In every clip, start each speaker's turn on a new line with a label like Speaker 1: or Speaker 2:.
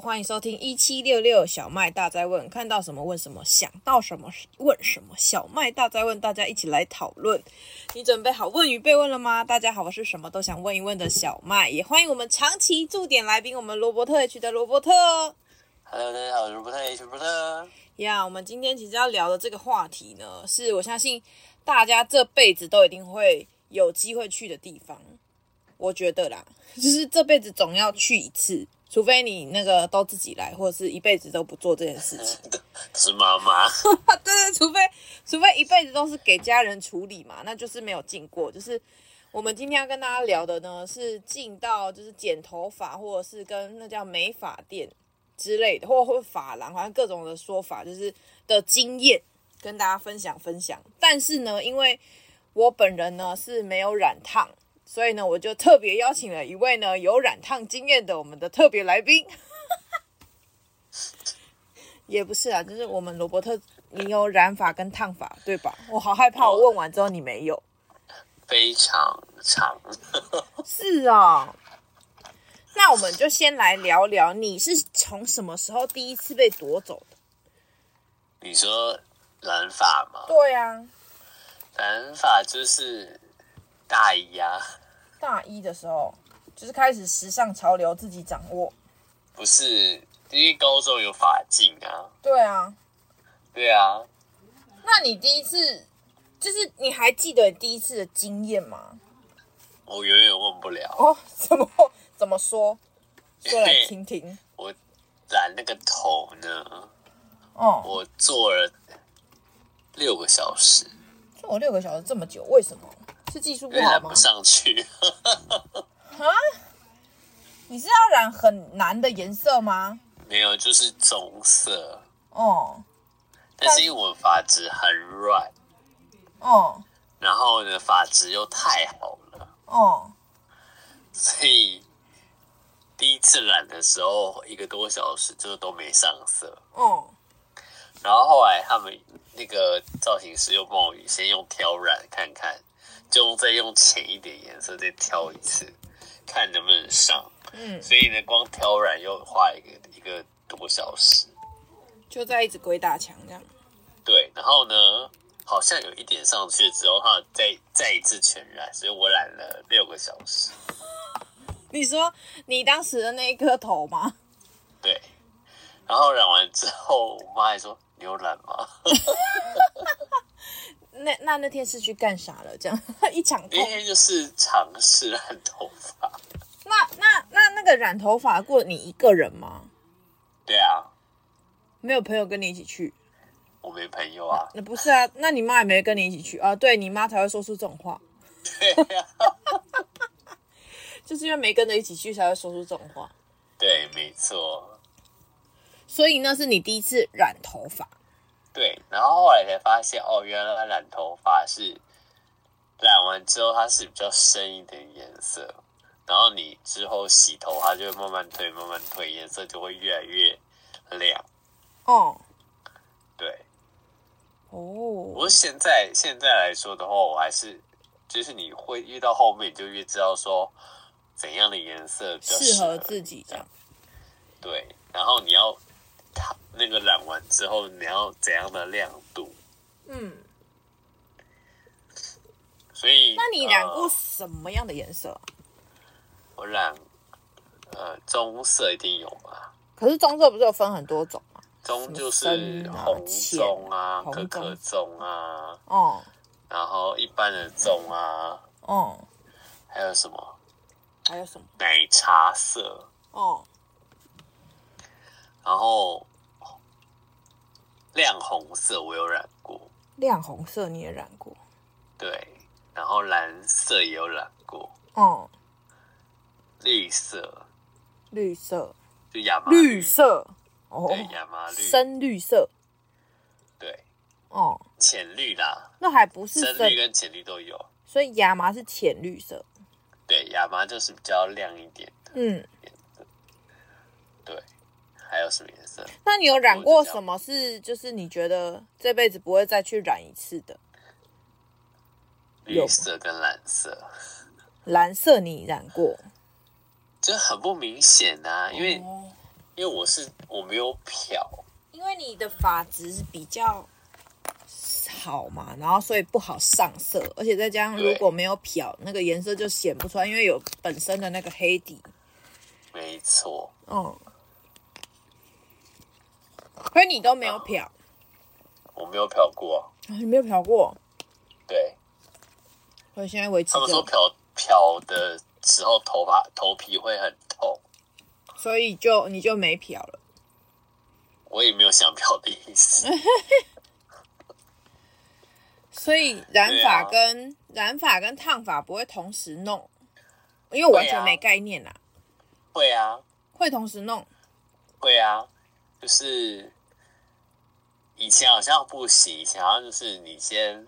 Speaker 1: 欢迎收听一七六六小麦大在问，看到什么问什么，想到什么问什么。小麦大在问，大家一起来讨论。你准备好问与被问了吗？大家好，我是什么都想问一问的小麦，也欢迎我们长期驻点来宾，我们罗伯特 H 的罗伯特哦。
Speaker 2: Hello，大家好，我是伯特 H 伯特。
Speaker 1: 呀我们今天其实要聊的这个话题呢，是我相信大家这辈子都一定会有机会去的地方。我觉得啦， 就是这辈子总要去一次，除非你那个都自己来，或者是一辈子都不做这件事情。
Speaker 2: 是妈妈，
Speaker 1: 啊， 对对，除非除非一辈子都是给家人处理嘛，那就是没有进过。就是我们今天要跟大家聊的呢，是进到就是剪头发，或者是跟那叫美发店之类的，或或发廊，好像各种的说法，就是的经验跟大家分享分享。但是呢，因为我本人呢是没有染烫。所以呢，我就特别邀请了一位呢有染烫经验的我们的特别来宾，也不是啊，就是我们罗伯特，你有染发跟烫发对吧？我好害怕，我问完之后你没有。
Speaker 2: 非常长。
Speaker 1: 是啊、那我们就先来聊聊，你是从什么时候第一次被夺走的？
Speaker 2: 你说染发吗？
Speaker 1: 对啊，
Speaker 2: 染发就是大一啊，
Speaker 1: 大一的时候，就是开始时尚潮流自己掌握。
Speaker 2: 不是，因为高中有发镜啊。
Speaker 1: 对啊，
Speaker 2: 对啊，
Speaker 1: 那你第一次，就是你还记得你第一次的经验吗？
Speaker 2: 我永远忘不了。
Speaker 1: 哦，怎么怎么说？说来听听。
Speaker 2: 我染那个头呢，
Speaker 1: 哦，
Speaker 2: 我做了六个小时，
Speaker 1: 做我六个小时这么久，为什么？是技术
Speaker 2: 因
Speaker 1: 不
Speaker 2: 为
Speaker 1: 好
Speaker 2: 染
Speaker 1: 吗
Speaker 2: 不？上去。
Speaker 1: 啊？你是要染很难的颜色吗？
Speaker 2: 没有，就是棕色，
Speaker 1: 哦
Speaker 2: 但是因为我发质很软，
Speaker 1: 哦
Speaker 2: 然后呢发质又太好了。
Speaker 1: 哦，
Speaker 2: 所以第一次染的时候一个多小时就是都没上色，
Speaker 1: 哦，
Speaker 2: 然后后来他们那个造型师又帮我先用挑染看看，就再用浅一点颜色再挑一次，看能不能上。
Speaker 1: 嗯，
Speaker 2: 所以呢，光挑染又花一个一个多小时。
Speaker 1: 就在一直鬼打墙这样。
Speaker 2: 对，然后呢，好像有一点上去之后，他再再一次全染，所以我染了六个小时。
Speaker 1: 你说你当时的那一颗头吗？
Speaker 2: 对，然后染完之后，我妈还说你有染吗？
Speaker 1: 那那那天是去干啥了？这样 一场空
Speaker 2: 那。天就是尝试染头发。
Speaker 1: 那那那那个染头发过你一个人吗？
Speaker 2: 对啊，
Speaker 1: 没有朋友跟你一起去？
Speaker 2: 我没朋友啊。
Speaker 1: 那不是 啊，那你妈也没跟你一起去啊？对你妈才会说出这种话，
Speaker 2: 对啊，
Speaker 1: 就是因为没跟着一起去才会说出这种话。
Speaker 2: 对，没错。
Speaker 1: 所以那是你第一次染头发，
Speaker 2: 对，然后后来才发现，哦，原来染头发是染完之后它是比较深一点颜色，然后你之后洗头，它就会慢慢推，慢慢推，颜色就会越来越亮。
Speaker 1: 哦
Speaker 2: 对，不
Speaker 1: 哦，
Speaker 2: 过现在现在来说的话，我还是就是你会越到后面，你就越知道说怎样的颜色比较
Speaker 1: 适合
Speaker 2: 合
Speaker 1: 自己这样。
Speaker 2: 对，然后你要它那个染完之后，你要怎样的亮度？
Speaker 1: 嗯，
Speaker 2: 所以，
Speaker 1: 那你染过
Speaker 2: 呃
Speaker 1: 什么样的颜色？
Speaker 2: 我染呃棕色一定有吧？
Speaker 1: 可是棕色不是有分很多种吗？
Speaker 2: 棕就
Speaker 1: 什么
Speaker 2: 是
Speaker 1: 深啊
Speaker 2: 红棕啊、
Speaker 1: 浅
Speaker 2: 可
Speaker 1: 红棕
Speaker 2: 可棕啊，
Speaker 1: 哦
Speaker 2: 然后一般的棕啊，
Speaker 1: 哦，
Speaker 2: 还有什么
Speaker 1: 还有什么？
Speaker 2: 奶茶色，
Speaker 1: 哦
Speaker 2: 然后亮红色我有染过，
Speaker 1: 亮红色你也染过？
Speaker 2: 对，然后蓝色也有染过，
Speaker 1: 哦，
Speaker 2: 绿色
Speaker 1: 绿色，
Speaker 2: 就亚麻
Speaker 1: 绿色，哦，
Speaker 2: 对亚麻绿
Speaker 1: 深绿色，
Speaker 2: 对
Speaker 1: 哦，
Speaker 2: 浅绿啦，
Speaker 1: 那还不是
Speaker 2: 深绿
Speaker 1: 深，
Speaker 2: 跟浅绿都有。
Speaker 1: 所以亚麻是浅绿色。
Speaker 2: 对，亚麻就是比较亮一点的。
Speaker 1: 嗯，
Speaker 2: 对，还有什么颜色？
Speaker 1: 那你有染过什么是就是你觉得这辈子不会再去染一次的？有
Speaker 2: 绿色跟蓝色，
Speaker 1: 蓝色你染过，
Speaker 2: 就很不明显啊，因为
Speaker 1: 哦
Speaker 2: 因为我是我没有漂，
Speaker 1: 因为你的发质是比较好嘛，然后所以不好上色，而且再加上
Speaker 2: 对
Speaker 1: 如果没有漂，那个颜色就显不出来，因为有本身的那个黑底。
Speaker 2: 没错，
Speaker 1: 嗯，可是你都没有漂，
Speaker 2: 我没有漂过啊、
Speaker 1: 啊你没有漂过，
Speaker 2: 对
Speaker 1: 所以现在维持
Speaker 2: 他们说
Speaker 1: 着，
Speaker 2: 漂漂的时候头发头皮会很痛，
Speaker 1: 所以就你就没漂了。
Speaker 2: 我也没有想漂的意思。
Speaker 1: 所以染发
Speaker 2: 对啊
Speaker 1: 跟、染发跟烫发不会同时弄，因为我完全没概念啦。
Speaker 2: 会啊，
Speaker 1: 会同时弄，
Speaker 2: 会啊，就是以前好像不行，以前好像就是你先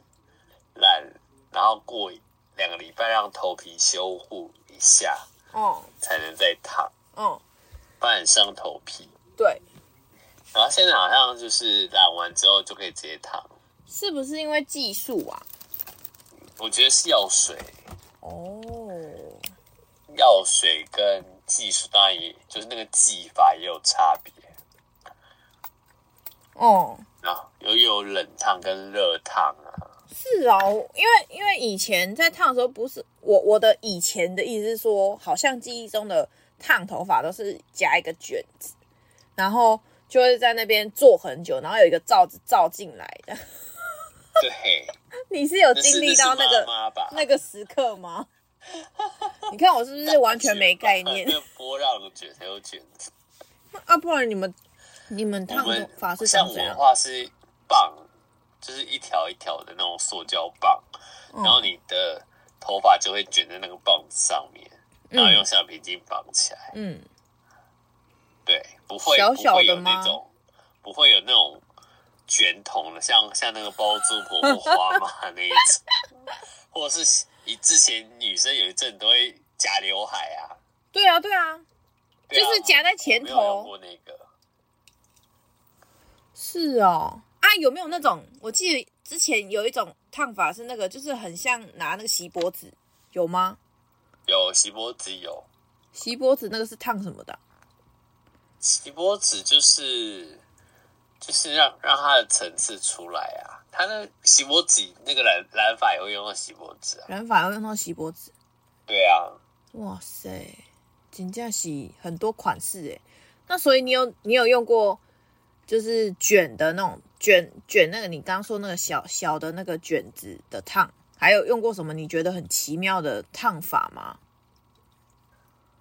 Speaker 2: 染，然后过两个礼拜让头皮修护一下，
Speaker 1: 哦、
Speaker 2: 才能再烫，
Speaker 1: 哦、
Speaker 2: 不然很伤头皮。
Speaker 1: 对，
Speaker 2: 然后现在好像就是染完之后就可以直接烫，
Speaker 1: 是不是因为技术啊？
Speaker 2: 我觉得是药水，
Speaker 1: 哦，
Speaker 2: 药水跟技术当然也就是那个技法也有差别，
Speaker 1: 哦，
Speaker 2: 然后又有冷烫跟热烫啊，
Speaker 1: 是哦，因为因为以前在烫的时候，不是我我的以前的意思是说，好像记忆中的烫头发都是夹一个卷子，然后就会在那边坐很久，然后有一个罩子罩进来的。
Speaker 2: 对，
Speaker 1: 你 是有
Speaker 2: 那是
Speaker 1: 经历到那个
Speaker 2: 是妈妈吧？
Speaker 1: 那个时刻吗？你看我是不是完全没概念
Speaker 2: 那波浪卷才有卷 子。
Speaker 1: 啊？不然你们你们
Speaker 2: 我
Speaker 1: 烫头
Speaker 2: 们
Speaker 1: 发是
Speaker 2: 像
Speaker 1: 长
Speaker 2: 我
Speaker 1: 怎
Speaker 2: 的
Speaker 1: 样？
Speaker 2: 话是棒，就是一条一条的那种塑胶棒，
Speaker 1: 嗯
Speaker 2: 然后你的头发就会卷在那个棒子上面，然后用橡皮筋绑起来。
Speaker 1: 嗯，
Speaker 2: 对，不会
Speaker 1: 小小的
Speaker 2: 不会有
Speaker 1: 吗
Speaker 2: 那种不会有那种卷筒的，像像那个包租婆 或花妈那一种，或者是以之前女生有一阵都会夹刘海啊，
Speaker 1: 对啊对啊，
Speaker 2: 对啊
Speaker 1: 就是夹在前头
Speaker 2: 我没有用过那个。
Speaker 1: 是哦。啊，有没有那种？我记得之前有一种烫法是那个，就是很像拿那个锡箔纸，有吗？
Speaker 2: 有锡箔纸有，
Speaker 1: 锡箔纸那个是烫什么的啊？
Speaker 2: 锡箔纸就是就是让让它的层次出来啊。它那锡箔纸那个染染发也会用到锡箔纸啊。
Speaker 1: 染发要用到锡箔纸，
Speaker 2: 对啊，
Speaker 1: 哇塞，真正是很多款式诶。那所以你有你有用过就是卷的那种卷卷那个你刚刚说那个小小的那个卷子的烫，还有用过什么你觉得很奇妙的烫法吗？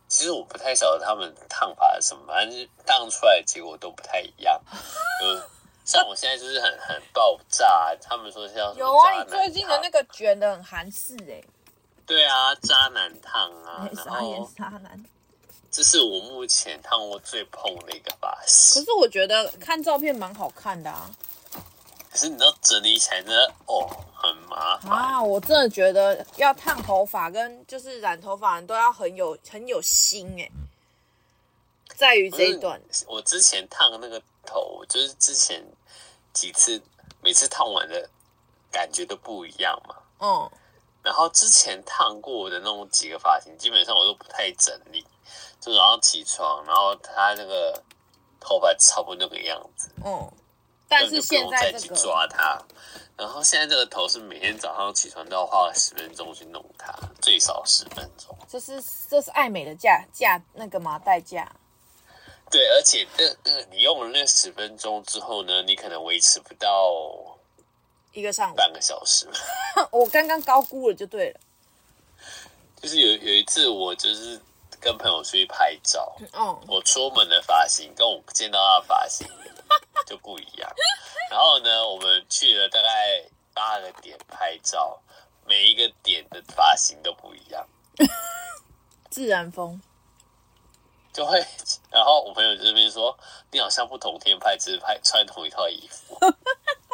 Speaker 2: 其实我不太晓得他们烫法是什么，反正烫出来的结果都不太一 样。就像我现在就是很很爆炸，他们说像什么
Speaker 1: 啊
Speaker 2: 渣男烫
Speaker 1: 个卷的很韩式诶，
Speaker 2: 对啊，渣男烫 啊，然
Speaker 1: 傻眼
Speaker 2: 后
Speaker 1: 傻男。
Speaker 2: 这是我目前烫过最碰的一个发
Speaker 1: 可
Speaker 2: 型。
Speaker 1: 是我觉得看照片蛮好看的啊
Speaker 2: 可是你知道整理起来真的哦很麻烦，
Speaker 1: 啊！我真的觉得要烫头发跟就是染头发都要很有很有心诶，在于
Speaker 2: 不
Speaker 1: 这
Speaker 2: 是
Speaker 1: 一段。
Speaker 2: 我之前烫那个头，就是之前几次，每次烫完的感觉都不一样嘛。
Speaker 1: 嗯，
Speaker 2: 然后之前烫过的那种几个发型，基本上我都不太整理，就早上起床，然后它那个头发差不多那个样子，
Speaker 1: 哦，但是
Speaker 2: 根本就不
Speaker 1: 现
Speaker 2: 用
Speaker 1: 在
Speaker 2: 再
Speaker 1: 这
Speaker 2: 去
Speaker 1: 个
Speaker 2: 抓它。然后现在这个头是每天早上起床都要花十分钟去弄它，最少十分钟。
Speaker 1: 这是这是爱美的价价那个嘛代价，
Speaker 2: 对，而且那那个你用了那十分钟之后呢，你可能维持不到
Speaker 1: 一个上午。
Speaker 2: 半个小时。
Speaker 1: 我刚刚高估了就对了。
Speaker 2: 就是有有一次，我就是跟朋友出去拍照，
Speaker 1: 哦、
Speaker 2: 我出门的发型跟我见到他的发型就不一样。然后呢，我们去了大概八个点拍照，每一个点的发型都不一样，
Speaker 1: 自然风。
Speaker 2: 就会。然后我朋友这边说：“你好像不同天拍，只是拍穿同一套衣服。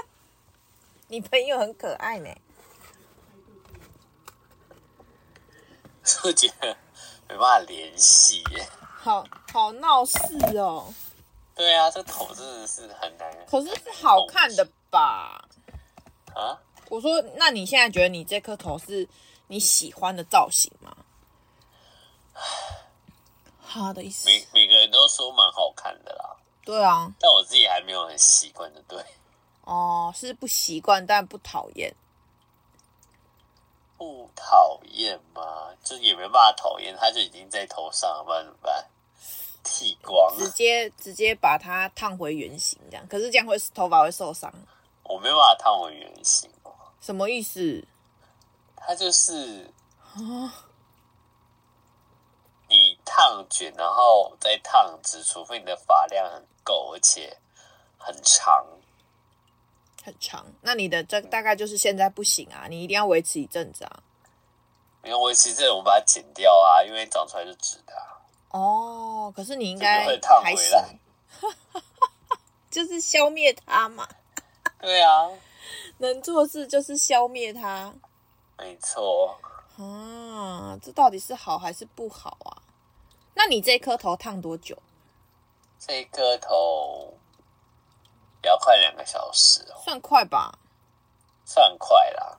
Speaker 1: 你朋友很可爱呢。”
Speaker 2: 就觉得没办法联系耶。
Speaker 1: 好好闹事哦。
Speaker 2: 对啊，这头真的是很难
Speaker 1: 可是是好看的吧？
Speaker 2: 啊。
Speaker 1: 我说，那你现在觉得你这颗头是你喜 欢的造型吗？好的意思
Speaker 2: 每每个人都说蛮好看的啦，
Speaker 1: 对啊，
Speaker 2: 但我自己还没有很习惯的，对，
Speaker 1: 哦，是不习惯但不讨厌。
Speaker 2: 不讨厌吗？就是也没办法讨厌，它就已经在头上了，不然怎么办？剃光，
Speaker 1: 直接直接把它烫回原形这样，可是这样会头发会受伤，
Speaker 2: 我没有办法烫回原形哦，
Speaker 1: 什么意思？
Speaker 2: 它就是
Speaker 1: 啊，
Speaker 2: 你烫卷，然后再烫直，除非你的发量很够，而且很长。
Speaker 1: 很长。那你的这大概就是现在不行啊，你一定要维持一阵子啊。
Speaker 2: 因为我其实这种把它剪掉啊，因为长出来就直的啊、
Speaker 1: 哦，可是你应
Speaker 2: 这
Speaker 1: 该
Speaker 2: 个会烫
Speaker 1: 还
Speaker 2: 回
Speaker 1: 行
Speaker 2: 来，
Speaker 1: 就是消灭它嘛，
Speaker 2: 对啊，
Speaker 1: 能做的事就是消灭它。
Speaker 2: 没错。
Speaker 1: 啊，这到底是好还是不好啊？那你这颗头烫多久？
Speaker 2: 这个头也要快两个小时哦，
Speaker 1: 算快吧。
Speaker 2: 算快啦。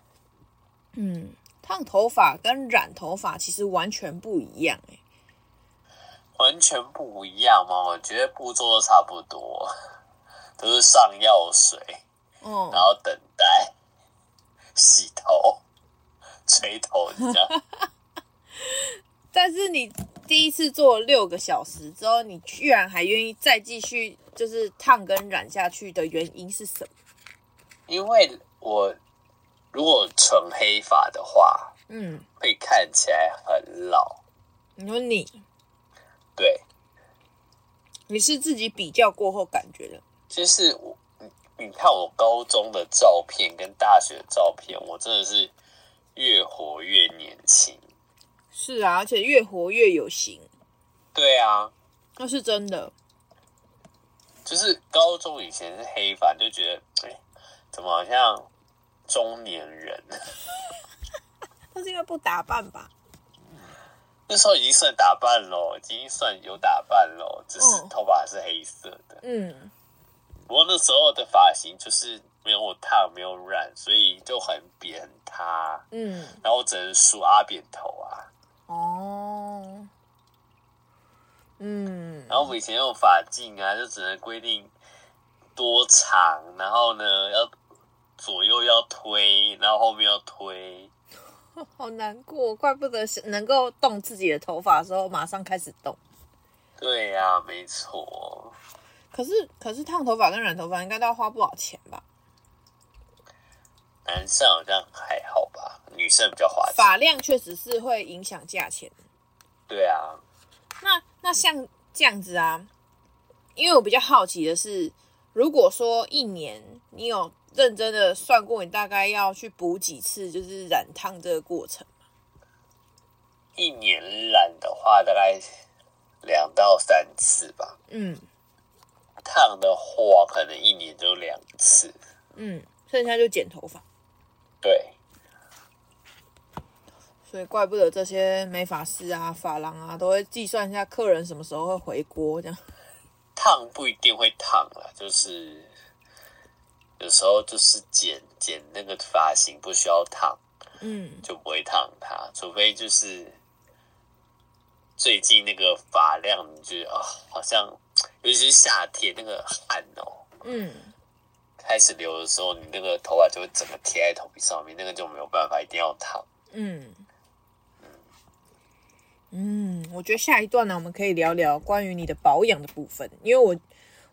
Speaker 1: 嗯，烫头发跟染头发其实完全不一样哎、
Speaker 2: 完全不一样嘛，我觉得步骤都差不多， 都是上药水，
Speaker 1: 哦、
Speaker 2: 然后等待、洗头、 吹头这样。
Speaker 1: 但是你第一次做六个小时之后，你居然还愿意再继续就是烫跟染下去的原因是什么？
Speaker 2: 因为我如果纯黑发的话，
Speaker 1: 嗯，
Speaker 2: 会看起来很老。
Speaker 1: 你说你
Speaker 2: 对，
Speaker 1: 你是自己比较过后感觉的，
Speaker 2: 就是我，你你看我高中的照片跟大学的照片，我真的是越活越年轻。
Speaker 1: 是啊，而且越活越有型，
Speaker 2: 对啊，
Speaker 1: 那是真的。
Speaker 2: 就是高中以前是黑发，就觉得哎、怎么好像中年人？
Speaker 1: 那是因为不打扮吧？
Speaker 2: 那时候已经算打扮咯，已经算有打扮咯，只是
Speaker 1: 嗯
Speaker 2: 头发是黑色的。
Speaker 1: 嗯，
Speaker 2: 不过那时候的发型就是没有烫，没有染，所以就很扁很塌。
Speaker 1: 嗯，
Speaker 2: 然后我只能梳阿扁头啊。
Speaker 1: 哦，嗯，
Speaker 2: 然后我们以前用发镜啊，就只能规定多长，然后呢要左右要推，然后后面要推。
Speaker 1: 好难过，怪不得是能够动自己的头发的时候马上开始动。
Speaker 2: 对呀、没错。
Speaker 1: 可是，可是烫头发跟染头发应该都要花不少钱吧？
Speaker 2: 男生好像还好吧，女生比较花钱。
Speaker 1: 发量确实是会影响价钱。
Speaker 2: 对啊，
Speaker 1: 那那像这样子啊，因为我比较好奇的是，如果说一年你有认真的算过，你大概要去补几次，就是染烫这个过程？
Speaker 2: 一年染的话大概两到三次吧，
Speaker 1: 嗯
Speaker 2: 烫的话可能一年就两次。
Speaker 1: 嗯，剩下就剪头发。
Speaker 2: 对，
Speaker 1: 所以怪不得这些美发师啊、发廊啊都会计算一下客人什么时候会回锅，这样
Speaker 2: 烫不一定会烫啦，就是有时候就是剪剪那个发型不需要烫，
Speaker 1: 嗯
Speaker 2: 就不会烫它，除非就是最近那个发量，你觉得啊、好像尤其是夏天那个汗哦。
Speaker 1: 嗯，
Speaker 2: 开始流的时候，你那个头发就会整个贴在头皮上面，那个就没有办法，一定要烫。
Speaker 1: 嗯，嗯，我觉得下一段呢，我们可以聊聊关于你的保养的部分，因为我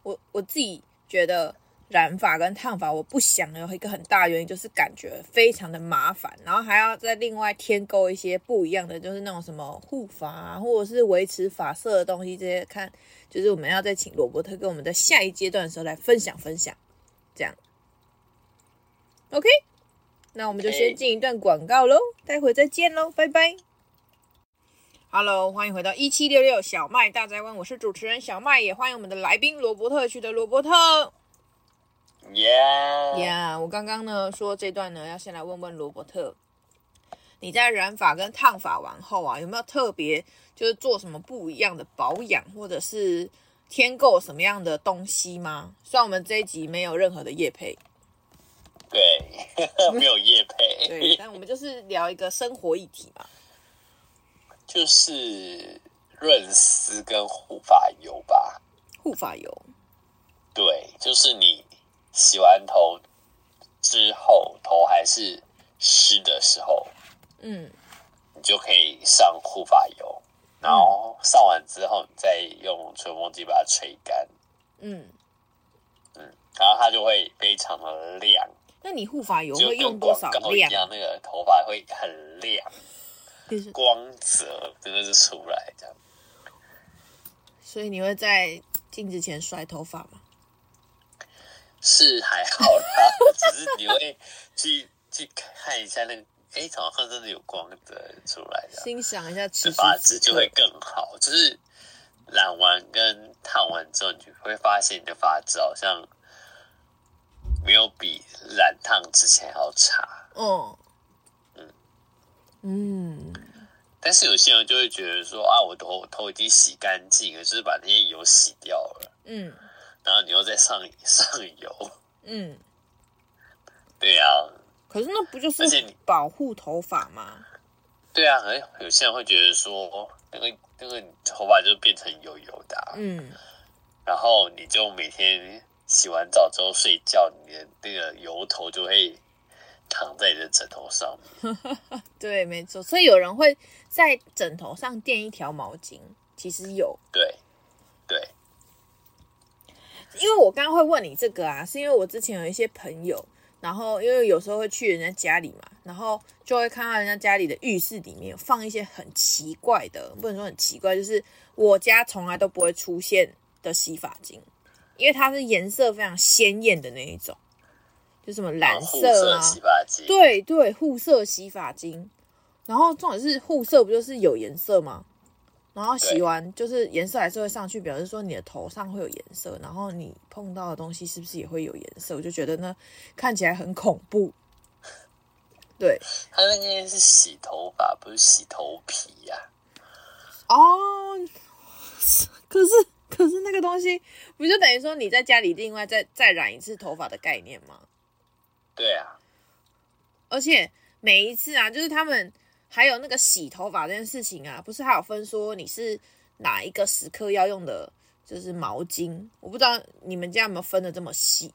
Speaker 1: 我我自己觉得染发跟烫发我不想有一个很大原因就是感觉非常的麻烦，然后还要再另外添购一些不一样的，就是那种什么护发啊，或者是维持发色的东西这些，看就是我们要再请罗伯特跟我们在下一阶段的时候来分享分享，这样，OK。那我们就
Speaker 2: OK
Speaker 1: 先进一段广告喽，待会再见喽，拜拜。Hello，欢迎回到一七六六小麦大宅问，我是主持人小麦，也欢迎我们的来宾罗伯特区的罗伯特。
Speaker 2: 耶、哦
Speaker 1: 呀，我刚刚呢说这段呢要先来问问罗伯特，你在染发跟烫发完后啊，有没有特别就是做什么不一样的保养，或者是添购什么样的东西吗？虽然我们这一集没有任何的业配，
Speaker 2: 对，没 有叶
Speaker 1: 对，
Speaker 2: 配，
Speaker 1: 但我们就是聊一个生活议题嘛。
Speaker 2: 就是润丝跟护发油吧。
Speaker 1: 护发油，
Speaker 2: 对，就是你洗完头之后，头还是湿的时候，
Speaker 1: 嗯，
Speaker 2: 你就可以上护发油，然后上完之后，你再用吹风机把它吹干，
Speaker 1: 嗯，
Speaker 2: 然后它就会非常的亮，
Speaker 1: 那你护发油
Speaker 2: 就
Speaker 1: 会
Speaker 2: 跟
Speaker 1: 用多
Speaker 2: 广
Speaker 1: 少
Speaker 2: 告一
Speaker 1: 量？
Speaker 2: 样，那个头发会很亮，
Speaker 1: 就是
Speaker 2: 光泽真的是出来这样。
Speaker 1: 所以你会在镜子前甩头发吗？
Speaker 2: 是还好啦， 只是你会去去看一下那个，哎、好像真的有光泽出来的，
Speaker 1: 欣赏一下
Speaker 2: 这
Speaker 1: 持续
Speaker 2: 发
Speaker 1: 此
Speaker 2: 质就
Speaker 1: 刻
Speaker 2: 会更好。就是染完跟烫完之后，你就会发现你的发质好像没有比染烫之前还要差。
Speaker 1: 嗯嗯，
Speaker 2: 但是有些人就会觉得说啊，我头头已经洗干净了，就是把那些油洗掉了，
Speaker 1: 嗯
Speaker 2: 然后你又再上上油，
Speaker 1: 嗯，
Speaker 2: 对呀、啊，
Speaker 1: 可是那不就是
Speaker 2: 而且你
Speaker 1: 保护头发吗？
Speaker 2: 对啊，很有些人会觉得说，那个那个头发就变成油油的啊、
Speaker 1: 嗯，
Speaker 2: 然后你就每天洗完澡之后睡觉，你的那个油头就会躺在你的枕头上面。
Speaker 1: 对，没错。所以有人会在枕头上垫一条毛巾，其实有，
Speaker 2: 对，对，
Speaker 1: 因为我刚刚会问你这个啊，是因为我之前有一些朋友，然后因为有时候会去人家家里嘛，然后就会看到人家家里的浴室里面有放一些很奇怪的，不能说很奇怪，就是我家从来都不会出现的洗发精，因为它是颜色非常鲜艳的那一种，就什么蓝
Speaker 2: 护
Speaker 1: 色啊，
Speaker 2: 洗发剂，
Speaker 1: 对对，护色洗发精。然后重点是护色不就是有颜色吗？然后洗
Speaker 2: 对
Speaker 1: 完就是颜色还是会上去，表示说你的头上会有颜色，然后你碰到的东西是不是也会有颜色？我就觉得呢，看起来很恐怖。对
Speaker 2: 它那个是洗头发，不是洗头皮呀、
Speaker 1: 哦，可是可是那个东西不就等于说你在家里另外再再染一次头发的概念吗？
Speaker 2: 对啊，
Speaker 1: 而且每一次啊，就是他们还有那个洗头发这件事情啊，不是还有分说你是哪一个时刻要用的，就是毛巾。我不知道你们家有没有分的这么细，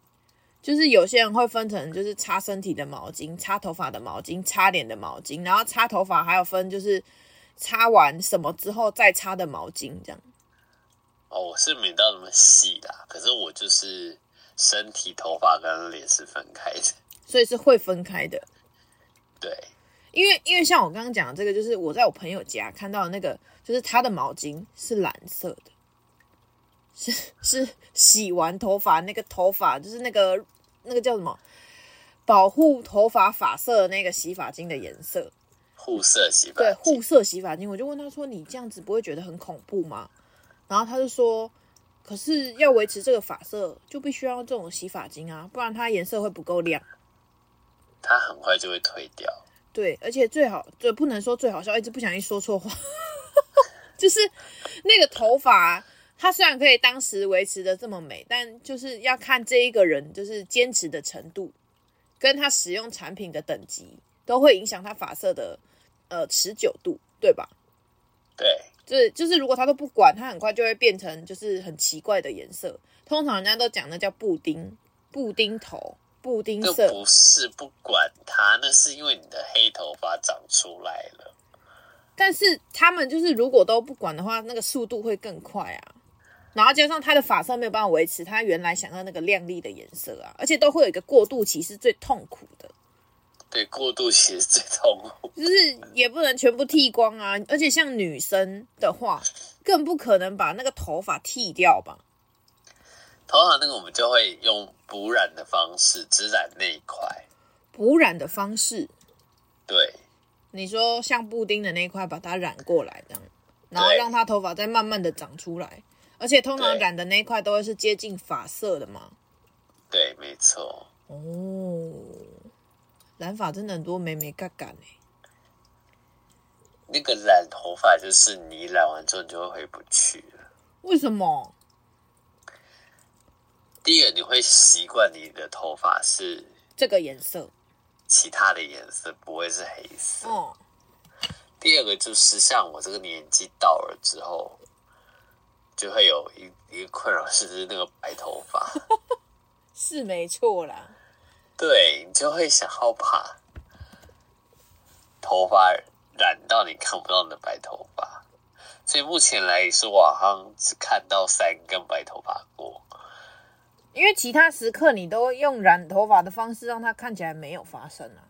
Speaker 1: 就是有些人会分成就是擦身体的毛巾、擦头发的毛巾、擦脸的毛巾，然后擦头发还有分就是擦完什么之后再擦的毛巾这样。
Speaker 2: 哦，我是没到那么细啦，可是我就是身体、头发跟脸是分开的。
Speaker 1: 所以是会分开的，
Speaker 2: 对，
Speaker 1: 因为因为像我刚刚讲的这个，就是我在我朋友家看到的那个，就是他的毛巾是蓝色的，是是洗完头发那个头发，就是那个那个叫什么保护头发发色的那个洗发精的颜色，
Speaker 2: 护色洗发
Speaker 1: 对
Speaker 2: 剂，
Speaker 1: 护色洗发精。我就问他说：“你这样子不会觉得很恐怖吗？”然后他就说：“可是要维持这个发色，就必须要用这种洗发精啊，不然它颜色会不够亮。”
Speaker 2: 它很快就会退掉。
Speaker 1: 对，而且最好，最不能说最好笑，一直不小心说错话， 就是那个头发，它虽然可以当时维持的这么美，但就是要看这一个人就是坚持的程度，跟他使用产品的等级，都会影响他发色的呃持久度，对吧？
Speaker 2: 对，
Speaker 1: 就是就是，如果他都不管，他很快就会变成就是很奇怪的颜色。通常人家都讲那叫布丁、布丁头、布丁
Speaker 2: 那
Speaker 1: 色，
Speaker 2: 不是不管它，那是因为你的黑头发长出来了。
Speaker 1: 但是他们就是如果都不管的话，那个速度会更快啊。然后加上他的发色没有办法维持他原来想要那个亮丽的颜色啊，而且都会有一个过渡期是最痛苦的，
Speaker 2: 对，过渡期是最痛苦。
Speaker 1: 就是也不能全部剃光啊。而且像女生的话，更不可能把那个头发剃掉吧？
Speaker 2: 通常那个我们就会用补染的方式，只染那一块。
Speaker 1: 补染的方式，
Speaker 2: 对，
Speaker 1: 你说像布丁的那一块把它染过来这样，然后
Speaker 2: 对
Speaker 1: 让它头发再慢慢的长出来，而且通常
Speaker 2: 对
Speaker 1: 染的那一块都会是接近发色的嘛。
Speaker 2: 对，没错。
Speaker 1: 哦，染发真的很多美美嘎嘎呢。
Speaker 2: 那个染头发就是你染完之后你就会回不去了。
Speaker 1: 为什么？
Speaker 2: 第一个，你会习惯你的头发是
Speaker 1: 这个颜色，
Speaker 2: 其他的颜色，不会是黑色。
Speaker 1: 哦，
Speaker 2: 第二个就是像我这个年纪到了之后，就会有一一个困扰是就是那个白头发，
Speaker 1: 是没错啦。
Speaker 2: 对你就会想要把头发染到你看不到你的白头发。所以目前来说，我好像只看到三根白头发过。
Speaker 1: 因为其他时刻你都用染头发的方式让它看起来没有发生啊。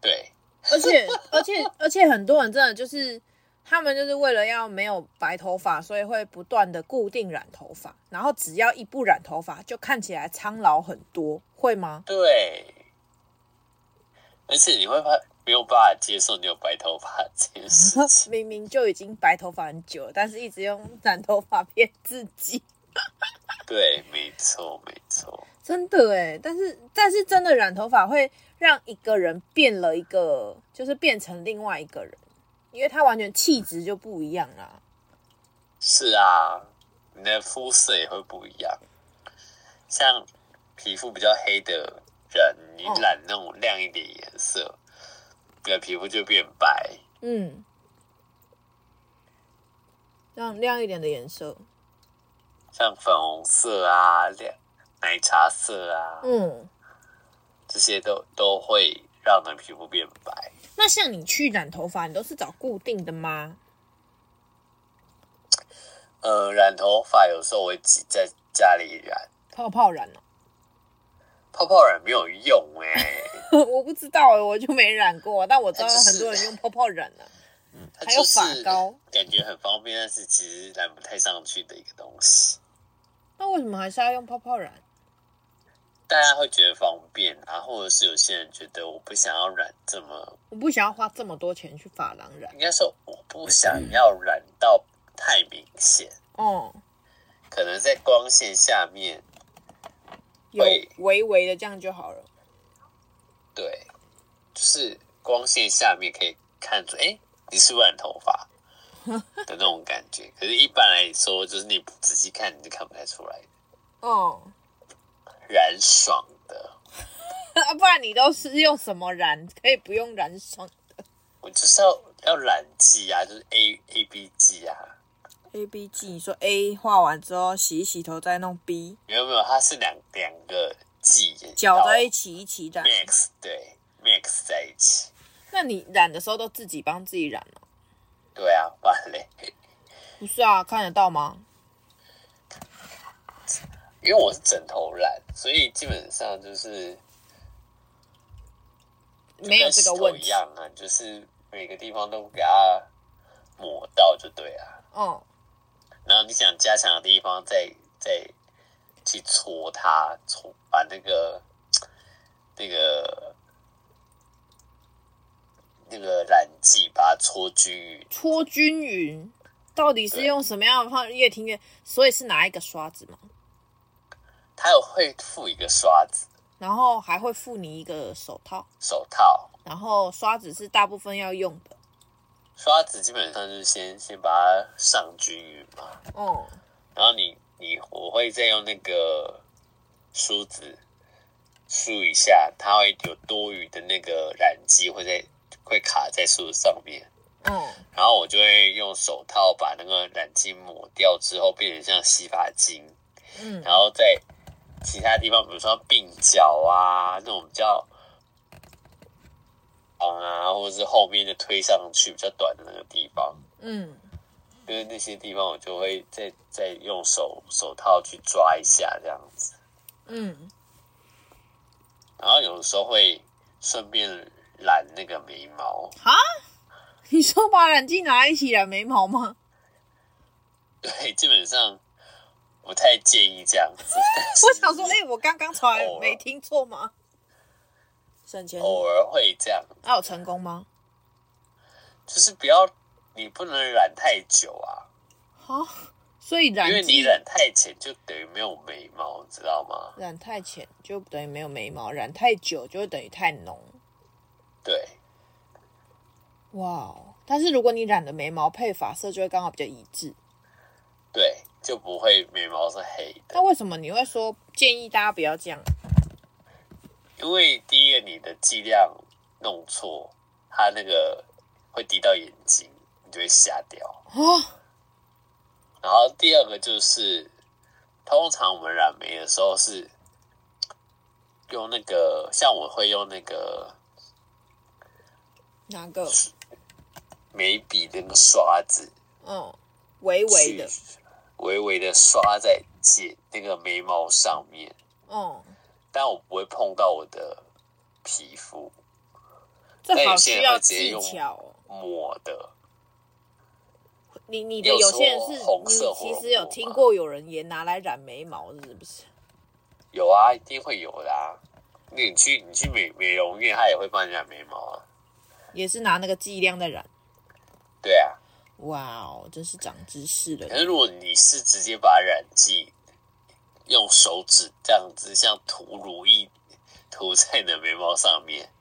Speaker 2: 对，
Speaker 1: 而且 而且而且很多人真的就是，他们就是为了要没有白头发，所以会不断的固定染头发，然后只要一不染头发，就看起来苍老很多，会 吗？。
Speaker 2: 对，而且你会发没有办法接受你有白头发这件事情
Speaker 1: 明明就已经白头发很久了，但是一直用染头发骗自己，
Speaker 2: 对，没错，没错，
Speaker 1: 真的哎。但是但是真的染头发会让一个人变了一个，就是变成另外一个人，因为他完全气质就不一样啦。
Speaker 2: 是啊，你的肤色也会不一样。像皮肤比较黑的人，你
Speaker 1: 嗯
Speaker 2: 染那种亮一点颜色，你的皮肤就变白。
Speaker 1: 嗯，让亮一点的颜色。
Speaker 2: 像粉红色啊、亮奶茶色啊，
Speaker 1: 嗯，
Speaker 2: 这些都都会让你的皮肤变白。
Speaker 1: 那像你去染头发，你都是找固定的吗？
Speaker 2: 呃，染头发有时候我会自己在家里染，
Speaker 1: 泡泡染哦、
Speaker 2: 泡泡染没有用哎、
Speaker 1: 我不知道哎、我就没染过，但我知道
Speaker 2: 哎就是
Speaker 1: 很多人用泡泡染啊呢、
Speaker 2: 它
Speaker 1: 还有
Speaker 2: 就
Speaker 1: 发
Speaker 2: 是
Speaker 1: 膏，
Speaker 2: 感觉很方便，但是其实染不太上去的一个东西。
Speaker 1: 那为什么还是要用泡泡染？
Speaker 2: 大家会觉得方便啊，或者是有些人觉得我不想要染这么，
Speaker 1: 我不想要花这么多钱去发廊染。
Speaker 2: 应该说我不想要染到太明显，
Speaker 1: 哦、
Speaker 2: 可能在光线下面，
Speaker 1: 有
Speaker 2: 会
Speaker 1: 微微的这样就好了。
Speaker 2: 对，就是光线下面可以看出，哎、你是不是染头发的那种感觉。 可是，一般来说，就是你不仔细看，你就看不太出来，
Speaker 1: 哦、
Speaker 2: 染爽的。
Speaker 1: 啊， 不然你都是用什么染？可以不用染霜
Speaker 2: 我就是要要染剂啊，就是 A A B 剂啊。
Speaker 1: A B G，你说 A 画完之后洗一洗头，再弄 B
Speaker 2: 没有没有，它是两两个剂
Speaker 1: 搅在一
Speaker 2: 起
Speaker 1: 起一起染。
Speaker 2: ，mix 对 mix 在一起。
Speaker 1: 那你染的时候都自己帮自己染吗？
Speaker 2: 对啊，完嘞，
Speaker 1: 不是啊，看得到吗？
Speaker 2: 因为我是枕头染，所以基本上就是
Speaker 1: 没有这个问
Speaker 2: 跟石头一
Speaker 1: 题。
Speaker 2: 样啊，就是每个地方都给它抹到就对啊。
Speaker 1: 哦，
Speaker 2: 然后你想加强的地方再，再去搓它，搓把那个那个那个染剂把它搓均匀。
Speaker 1: 搓均匀，到底是用什么样的方液体面？所以是拿一个刷子嘛，
Speaker 2: 它有会附一个刷子、
Speaker 1: 然后还会附你一个手套，
Speaker 2: 手套，
Speaker 1: 然后刷子是大部分要用的。
Speaker 2: 刷子基本上就是先先把它上均匀嘛，
Speaker 1: 哦，
Speaker 2: 然后你你我会再用那个梳子梳一下，它会有多余的那个染剂会在会卡在梳子上面，
Speaker 1: 哦，
Speaker 2: 然后我就会用手套把那个染剂抹掉之后，变成像洗发精，
Speaker 1: 嗯，
Speaker 2: 然后在其他地方，比如说鬓角啊那种比较。啊，或者是后面的推上去比较短的那个地方，
Speaker 1: 嗯，
Speaker 2: 就是那些地方，我就会再再用手手套去抓一下这样子，
Speaker 1: 嗯，
Speaker 2: 然后有的时候会顺便染那个眉毛，
Speaker 1: 哈， 你说把染剂拿一起染眉毛 吗？
Speaker 2: 对，基本上不太建议这样子。但是
Speaker 1: 我想说，哎、我刚刚从来
Speaker 2: 偶尔
Speaker 1: 没听错吗？省钱，
Speaker 2: 偶尔会这样，
Speaker 1: 那有成功吗？
Speaker 2: 就是不要你不能染太久啊，
Speaker 1: 好，所以染
Speaker 2: 因为你
Speaker 1: 剂
Speaker 2: 染太浅就等于没有眉毛，你知道吗？
Speaker 1: 染太浅就等于没有眉毛，染太久就会等于太浓。
Speaker 2: 对，
Speaker 1: 哇哦！但是如果你染的眉毛配发色就会刚好比较一致。
Speaker 2: 对，就不会眉毛是黑的。
Speaker 1: 那为什么你会说建议大家不要这样？
Speaker 2: 因为第一个你的剂量弄错，它那个会滴到眼睛，你就会瞎掉。
Speaker 1: 哦，
Speaker 2: 然后第二个就是，通常我们染眉的时候是用那个，像我会用那个
Speaker 1: 哪个？
Speaker 2: 眉笔那个刷子，
Speaker 1: 嗯，微微的，
Speaker 2: 去微微的刷在睫那个眉毛上面，
Speaker 1: 嗯，
Speaker 2: 但我不会碰到我的皮肤，
Speaker 1: 这
Speaker 2: 但有
Speaker 1: 好
Speaker 2: 些
Speaker 1: 需
Speaker 2: 人
Speaker 1: 要
Speaker 2: 哎会直接
Speaker 1: 技
Speaker 2: 用
Speaker 1: 巧哦。
Speaker 2: 抹的。
Speaker 1: 你你
Speaker 2: 你
Speaker 1: 的
Speaker 2: 有
Speaker 1: 有
Speaker 2: 说
Speaker 1: 些人是
Speaker 2: 红
Speaker 1: 你
Speaker 2: 色火
Speaker 1: 其
Speaker 2: 龙
Speaker 1: 实有
Speaker 2: 果
Speaker 1: 听
Speaker 2: 吗
Speaker 1: 过有人也拿来染眉毛，是不是？
Speaker 2: 有啊，一定会有的啊。那你去你去美美容院，他也会帮你染眉毛啊。
Speaker 1: 也是拿那个剂量在染。
Speaker 2: 对啊，
Speaker 1: 哇哦，真是长知识
Speaker 2: 可
Speaker 1: 了。
Speaker 2: 是如果你是直接把染剂用手指这样子像涂乳液涂在你的眉毛上面，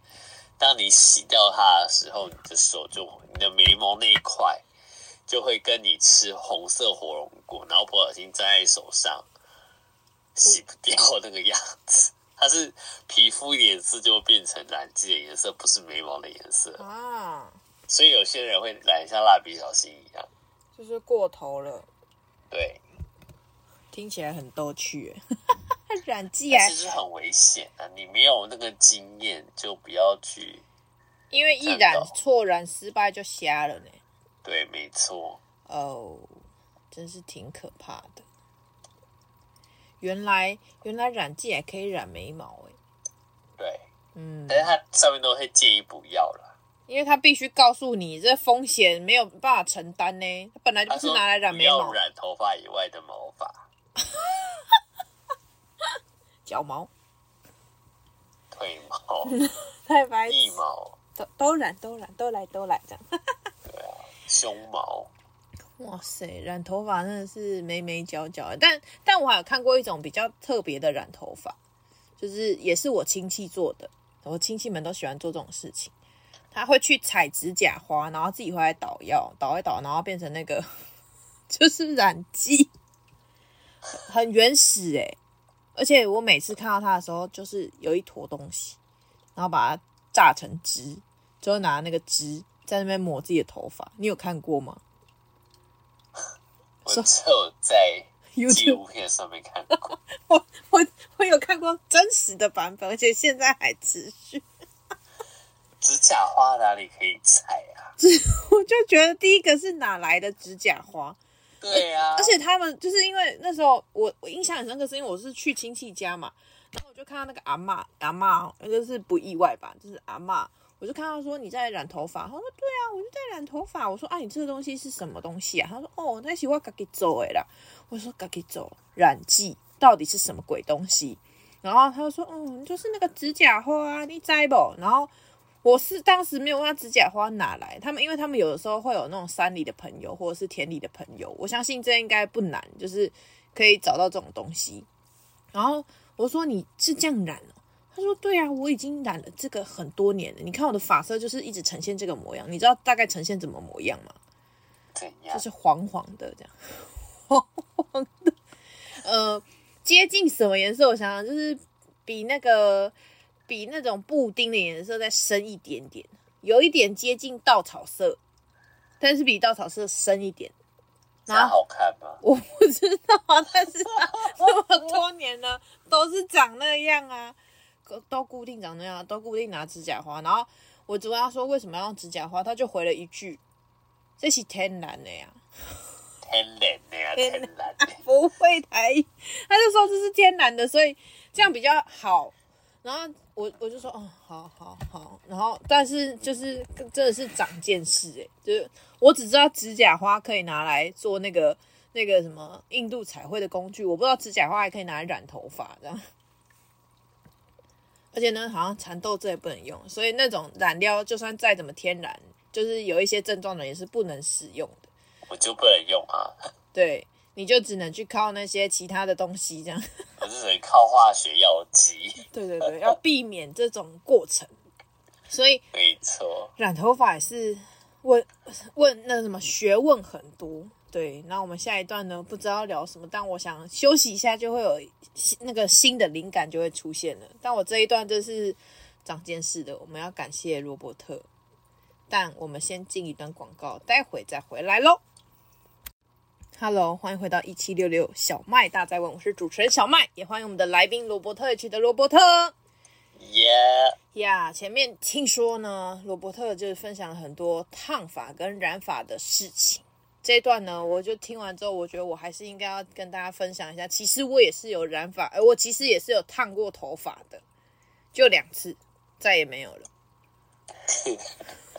Speaker 2: 当你洗掉它的时候，你的手就你的眉毛那一块就会跟你吃红色火龙果，然后不小心粘在手上，洗不掉那个样子。它是皮肤颜色就会变成染剂的颜色，不是眉毛的颜色。
Speaker 1: 啊，
Speaker 2: 所以有些人会染像蜡笔小新一样，
Speaker 1: 就是过头了，
Speaker 2: 对，
Speaker 1: 听起来很逗趣耶。 染剂
Speaker 2: 但
Speaker 1: 还
Speaker 2: 是是很危险的、你没有那个经验，就不要去。
Speaker 1: 因为一
Speaker 2: 战
Speaker 1: 染
Speaker 2: 斗
Speaker 1: 错染失败就瞎了呢。
Speaker 2: 对，没错，
Speaker 1: 哦，真是挺可怕的。原来原来染剂还可以染眉毛哎，
Speaker 2: 对。
Speaker 1: 嗯，
Speaker 2: 但是它上面都会建议不要啦。
Speaker 1: 因为他必须告诉你这风险没有办法承担呢，他本来就
Speaker 2: 它
Speaker 1: 不是
Speaker 2: 说
Speaker 1: 拿来染
Speaker 2: 不
Speaker 1: 眉
Speaker 2: 要
Speaker 1: 毛、
Speaker 2: 染头发以外的毛发、
Speaker 1: 脚毛，
Speaker 2: 腿毛、
Speaker 1: 太白
Speaker 2: 腋毛、
Speaker 1: 都都染都染都来都来这样。
Speaker 2: 胸毛。
Speaker 1: 哇塞，染头发真的是眉眉角角的，但但我还有看过一种比较特别的染头发，就是也是我亲戚做的，我亲戚们都喜欢做这种事情。他会去采指甲花，然后自己回来捣药，捣一捣，然后变成那个就是染剂，很原始哎、而且我每次看到它的时候，就是有一坨东西，然后把它榨成汁，之后拿那个汁在那边抹自己的头发。你有看过吗？
Speaker 2: 我
Speaker 1: 说
Speaker 2: 只有在纪
Speaker 1: YouTube
Speaker 2: 录片上面看过，
Speaker 1: 我我我有看过真实的版本，而且现在还持续。
Speaker 2: 指甲花哪里可以采啊？
Speaker 1: 我就觉得第一个是哪来的指甲花，
Speaker 2: 对啊，
Speaker 1: 而且他们就是因为那时候我我印象很深刻，是因为我是去亲戚家嘛，然后我就看到那个阿嬷阿嬷哦就是不意外吧，就是阿嬷，我就看到说你在染头发，她说对啊，我就在染头发，我说啊你这个东西是什么东西啊？她说哦，那是我自己做的啦，我说自己做染剂到底是什么鬼东西？然后他就说嗯，就是那个指甲花、啊，你摘不？然后我是当时没有问他指甲花哪来，他们因为他们有的时候会有那种山里的朋友或者是田里的朋友，我相信这应该不难，就是可以找到这种东西。然后我说你是这样染哦，他说对啊，我已经染了这个很多年了，你看我的发色就是一直呈现这个模样，你知道大概呈现怎么模样吗？
Speaker 2: 怎
Speaker 1: 就
Speaker 2: 样？
Speaker 1: 是黄黄的 这样，黄黄的，呃，接近什么颜色？我想想，就是比那个比那种布丁的颜色再深一点点，有一点接近稻草色，但是比稻草色深一点。
Speaker 2: 这
Speaker 1: 哦
Speaker 2: 样好看吗？
Speaker 1: 我不知道啊，但是 它这么多年了都是长那样啊，都都固定长那样，啊都固定拿指甲花。然后我主要说为什么要用指甲花，他就回了一句：“这是天然的呀。”
Speaker 2: 天然的呀，
Speaker 1: 天
Speaker 2: 天
Speaker 1: 然
Speaker 2: 然的。
Speaker 1: 不会台语，他就说这是天然的，所以这样比较好。然后我我就说，哦，好好好。然后但是就是真的是长见识诶，就是我只知道指甲花可以拿来做那个那个什么印度彩绘的工具，我不知道指甲花还可以拿来染头发这样。而且呢，好像蚕豆这也不能用，所以那种染料就算再怎么天然，就是有一些症状的人也是不能使用的。
Speaker 2: 我就不能用啊，
Speaker 1: 对，你就只能去靠那些其他的东西，这样。
Speaker 2: 我是只能靠化学药剂。
Speaker 1: 对对对，要避免这种过程。所以
Speaker 2: 没错，
Speaker 1: 染头发也是问问那什么学问很多。对，那我们下一段呢，不知道聊什么，但我想休息一下，就会有新那个新的灵感就会出现了。但我这一段真是长见识的，我们要感谢罗伯特。但我们先进一段广告，待会再回来喽。Hello，欢迎回到一七六六小麦大在问，我是主持人小麦，也欢迎我们的来宾罗伯特 H 的罗伯特。
Speaker 2: 耶、
Speaker 1: 呀前面听说呢，罗伯特就是分享了很多烫发跟染发的事情。这一段呢，我就听完之后，我觉得我还是应该要跟大家分享一下。其实我也是有染发，呃，我其实也是有烫过头发的，就两次，再也没有了。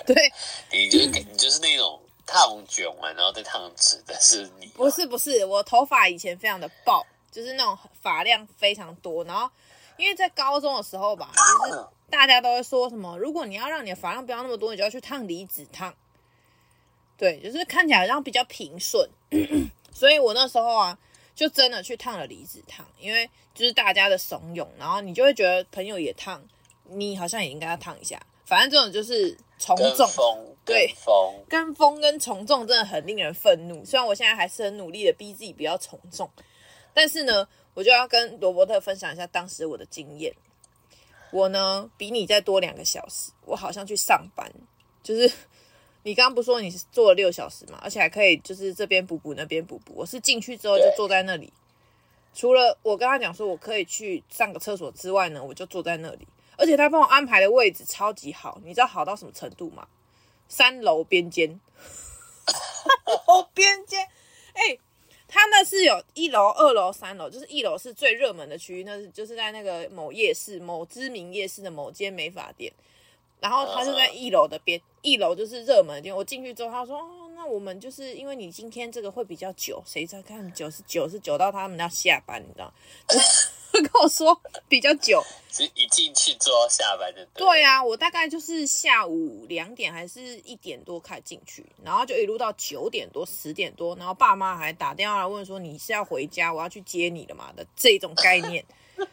Speaker 1: 对，
Speaker 2: 你就是你就是那种烫卷完然后再烫直的是你啊吗，
Speaker 1: 不是不是，我头发以前非常的爆，就是那种发量非常多。然后因为在高中的时候吧，
Speaker 2: 嗯
Speaker 1: 就是大家都会说什么，如果你要让你的发量不要那么多，你就要去烫离子烫。对，就是看起来好像比较平顺。 所以我那时候啊，就真的去烫了离子烫，因为就是大家的怂恿，然后你就会觉得朋友也烫，你好像也应该要烫一下。反正这种就是从
Speaker 2: 跟
Speaker 1: 众
Speaker 2: 风，
Speaker 1: 对
Speaker 2: 跟风，
Speaker 1: 跟风跟从众真的很令人愤怒。虽然我现在还是很努力的逼自己不要从众，但是呢，我就要跟罗伯特分享一下当时我的经验。我呢比你再多两个小时，我好像去上班，就是 你刚刚不是说你是做了六小时嘛，而且还可以就是这边补补那边补补，我是进去之后就
Speaker 2: 对
Speaker 1: 坐在那里。除了我跟他讲说我可以去上个厕所之外呢，我就坐在那里，而且他帮我安排的位置超级好，你知道好到什么程度吗？三楼边间，楼边间，哎、它那是有一楼、二楼、三楼，就是一楼是最热门的区域，那是就是在那个某夜市、某知名夜市的某间美发店，然后它就在一楼的边，一楼就是热门的店。我进去之后，他说：“哦，那我们就是因为你今天这个会比较久，谁知道看九十九是久到他们要下班，你知道？”他 跟我说比较久，
Speaker 2: 只一进去就要下班的，
Speaker 1: 对啊，我大概就是下午两点还是一点多开始进去，然后就一路到九点多、十点多，然后爸妈还打电话来问说你是要回家，我要去接你了嘛的这种概念。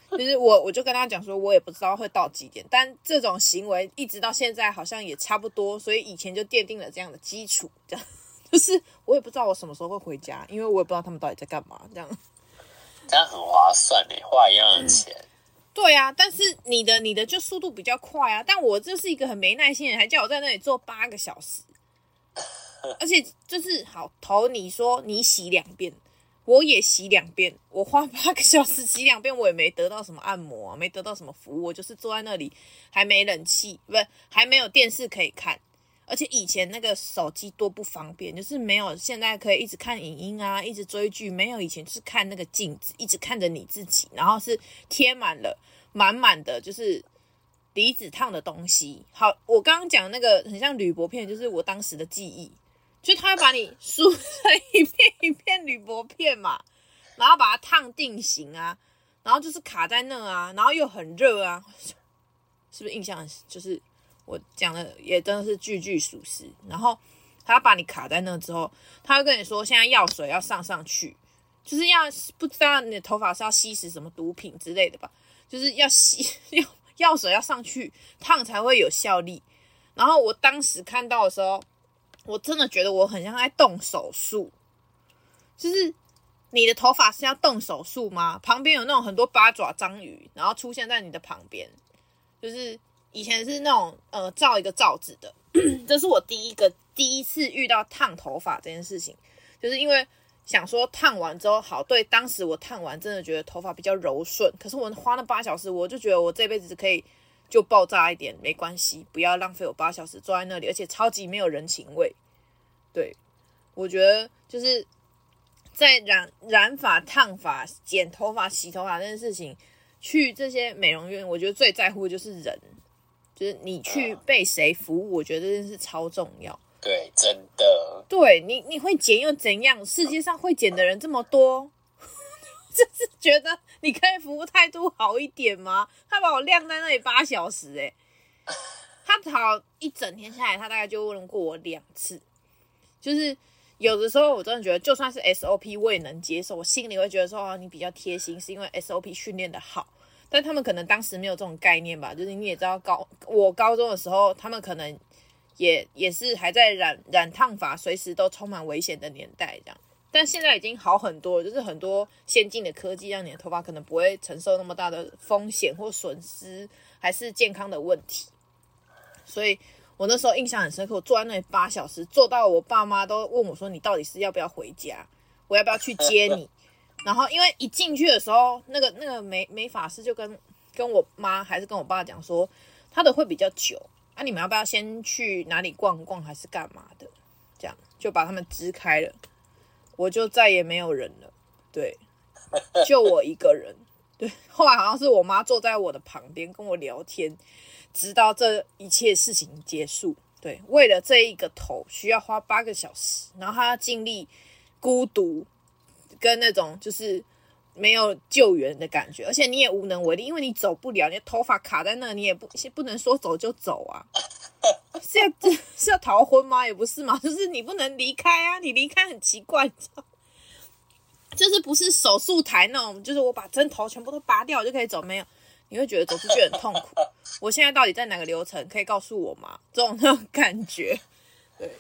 Speaker 1: 就是我，我就跟他讲说，我也不知道会到几点，但这种行为一直到现在好像也差不多，所以以前就奠定了这样的基础。这样 就是我也不知道我什么时候会回家，因为我也不知道他们到底在干嘛。这样
Speaker 2: 这样很划算诶，花一样
Speaker 1: 嗯
Speaker 2: 的钱。
Speaker 1: 对啊，但是你的你的就速度比较快啊，但我就是一个很没耐心的人，还叫我在那里坐八个小时，而且就是好头，你说你洗两遍，我也洗两遍，我花八个小时洗两遍，我也没得到什么按摩、啊，没得到什么服务，我就是坐在那里，还没冷气，不是还没有电视可以看，而且以前那个手机多不方便，就是没有现在可以一直看影音啊，一直追剧，没有以前就是看那个镜子，一直看着你自己，然后是贴满了满满的就是离子烫的东西。好，我刚刚讲那个很像铝箔片，就是我当时的记忆，就是它会把你梳成一片一片铝箔片嘛， 然后把它烫定型啊，然后就是卡在那啊，然后又很热啊， 是不是印象很就是我讲的也真的是句句属实。然后他把你卡在那之后，他会跟你说现在药水要上上去，就是要不知道你的头发是要吸食什么毒品之类的吧，就是要吸药药水要上去烫才会有效力。然后我当时看到的时候，我真的觉得我很像在动手术，就是你的头发是要动手术吗？旁边有那种很多八爪章鱼，然后出现在你的旁边，就是以前是那种呃罩一个罩子的， 这是我第一个第一次遇到烫头发这件事情，就是因为想说烫完之后好，对，当时我烫完真的觉得头发比较柔顺，可是我花那八小时，我就觉得我这辈子可以就爆炸一点没关系，不要浪费我八小时坐在那里，而且超级没有人情味。对，我觉得就是在染染发、烫发、剪头发、洗头发这件事情，去这些美容院，我觉得最在乎的就是人，就是你去被谁服务，我觉得这件事超重要。
Speaker 2: 对，真的，
Speaker 1: 对你，你会剪又怎样？世界上会剪的人这么多， 就是觉得你可以服务态度好一点吗？他把我晾在那里八小时、欸，他好一整天下来，他大概就问过我两次，就是有的时候我真的觉得，就算是 SOP 我也能接受，我心里会觉得说，哦，你比较贴心，是因为 SOP 训练的好。但他们可能当时没有这种概念吧，就是你也知道高我高中的时候，他们可能也也是还在染染烫发，随时都充满危险的年代这样。但现在已经好很多，就是很多先进的科技让你的头发可能不会承受那么大的风险或损失，还是健康的问题。所以我那时候印象很深刻，我坐在那里八小时，坐到我爸妈都问我说：“你到底是要不要回家？我要不要去接你？” 然后因为一进去的时候，那个那个美美发师就跟跟我妈还是跟我爸讲说，他的会比较久，啊，你们要不要先去哪里逛逛还是干嘛的？这样就把他们支开了，我就再也没有人了，对，就我一个人。对，后来好像是我妈坐在我的旁边跟我聊天，直到这一切事情结束。对，为了这一个头需要花八个小时，然后她要经历孤独跟那种就是没有救援的感觉，而且你也无能为力，因为你走不了，你的头发卡在那，你也不不能说走就走啊。 是要 是要逃婚吗？也不是嘛，就是你不能离开啊，你离开很奇怪，你知道吗就是不是手术台那种，就是我把针头全部都拔掉我就可以走，没有，你会觉得走出去很痛苦。 我现在到底在哪个流程？可以告诉我吗？这种那种感觉，对，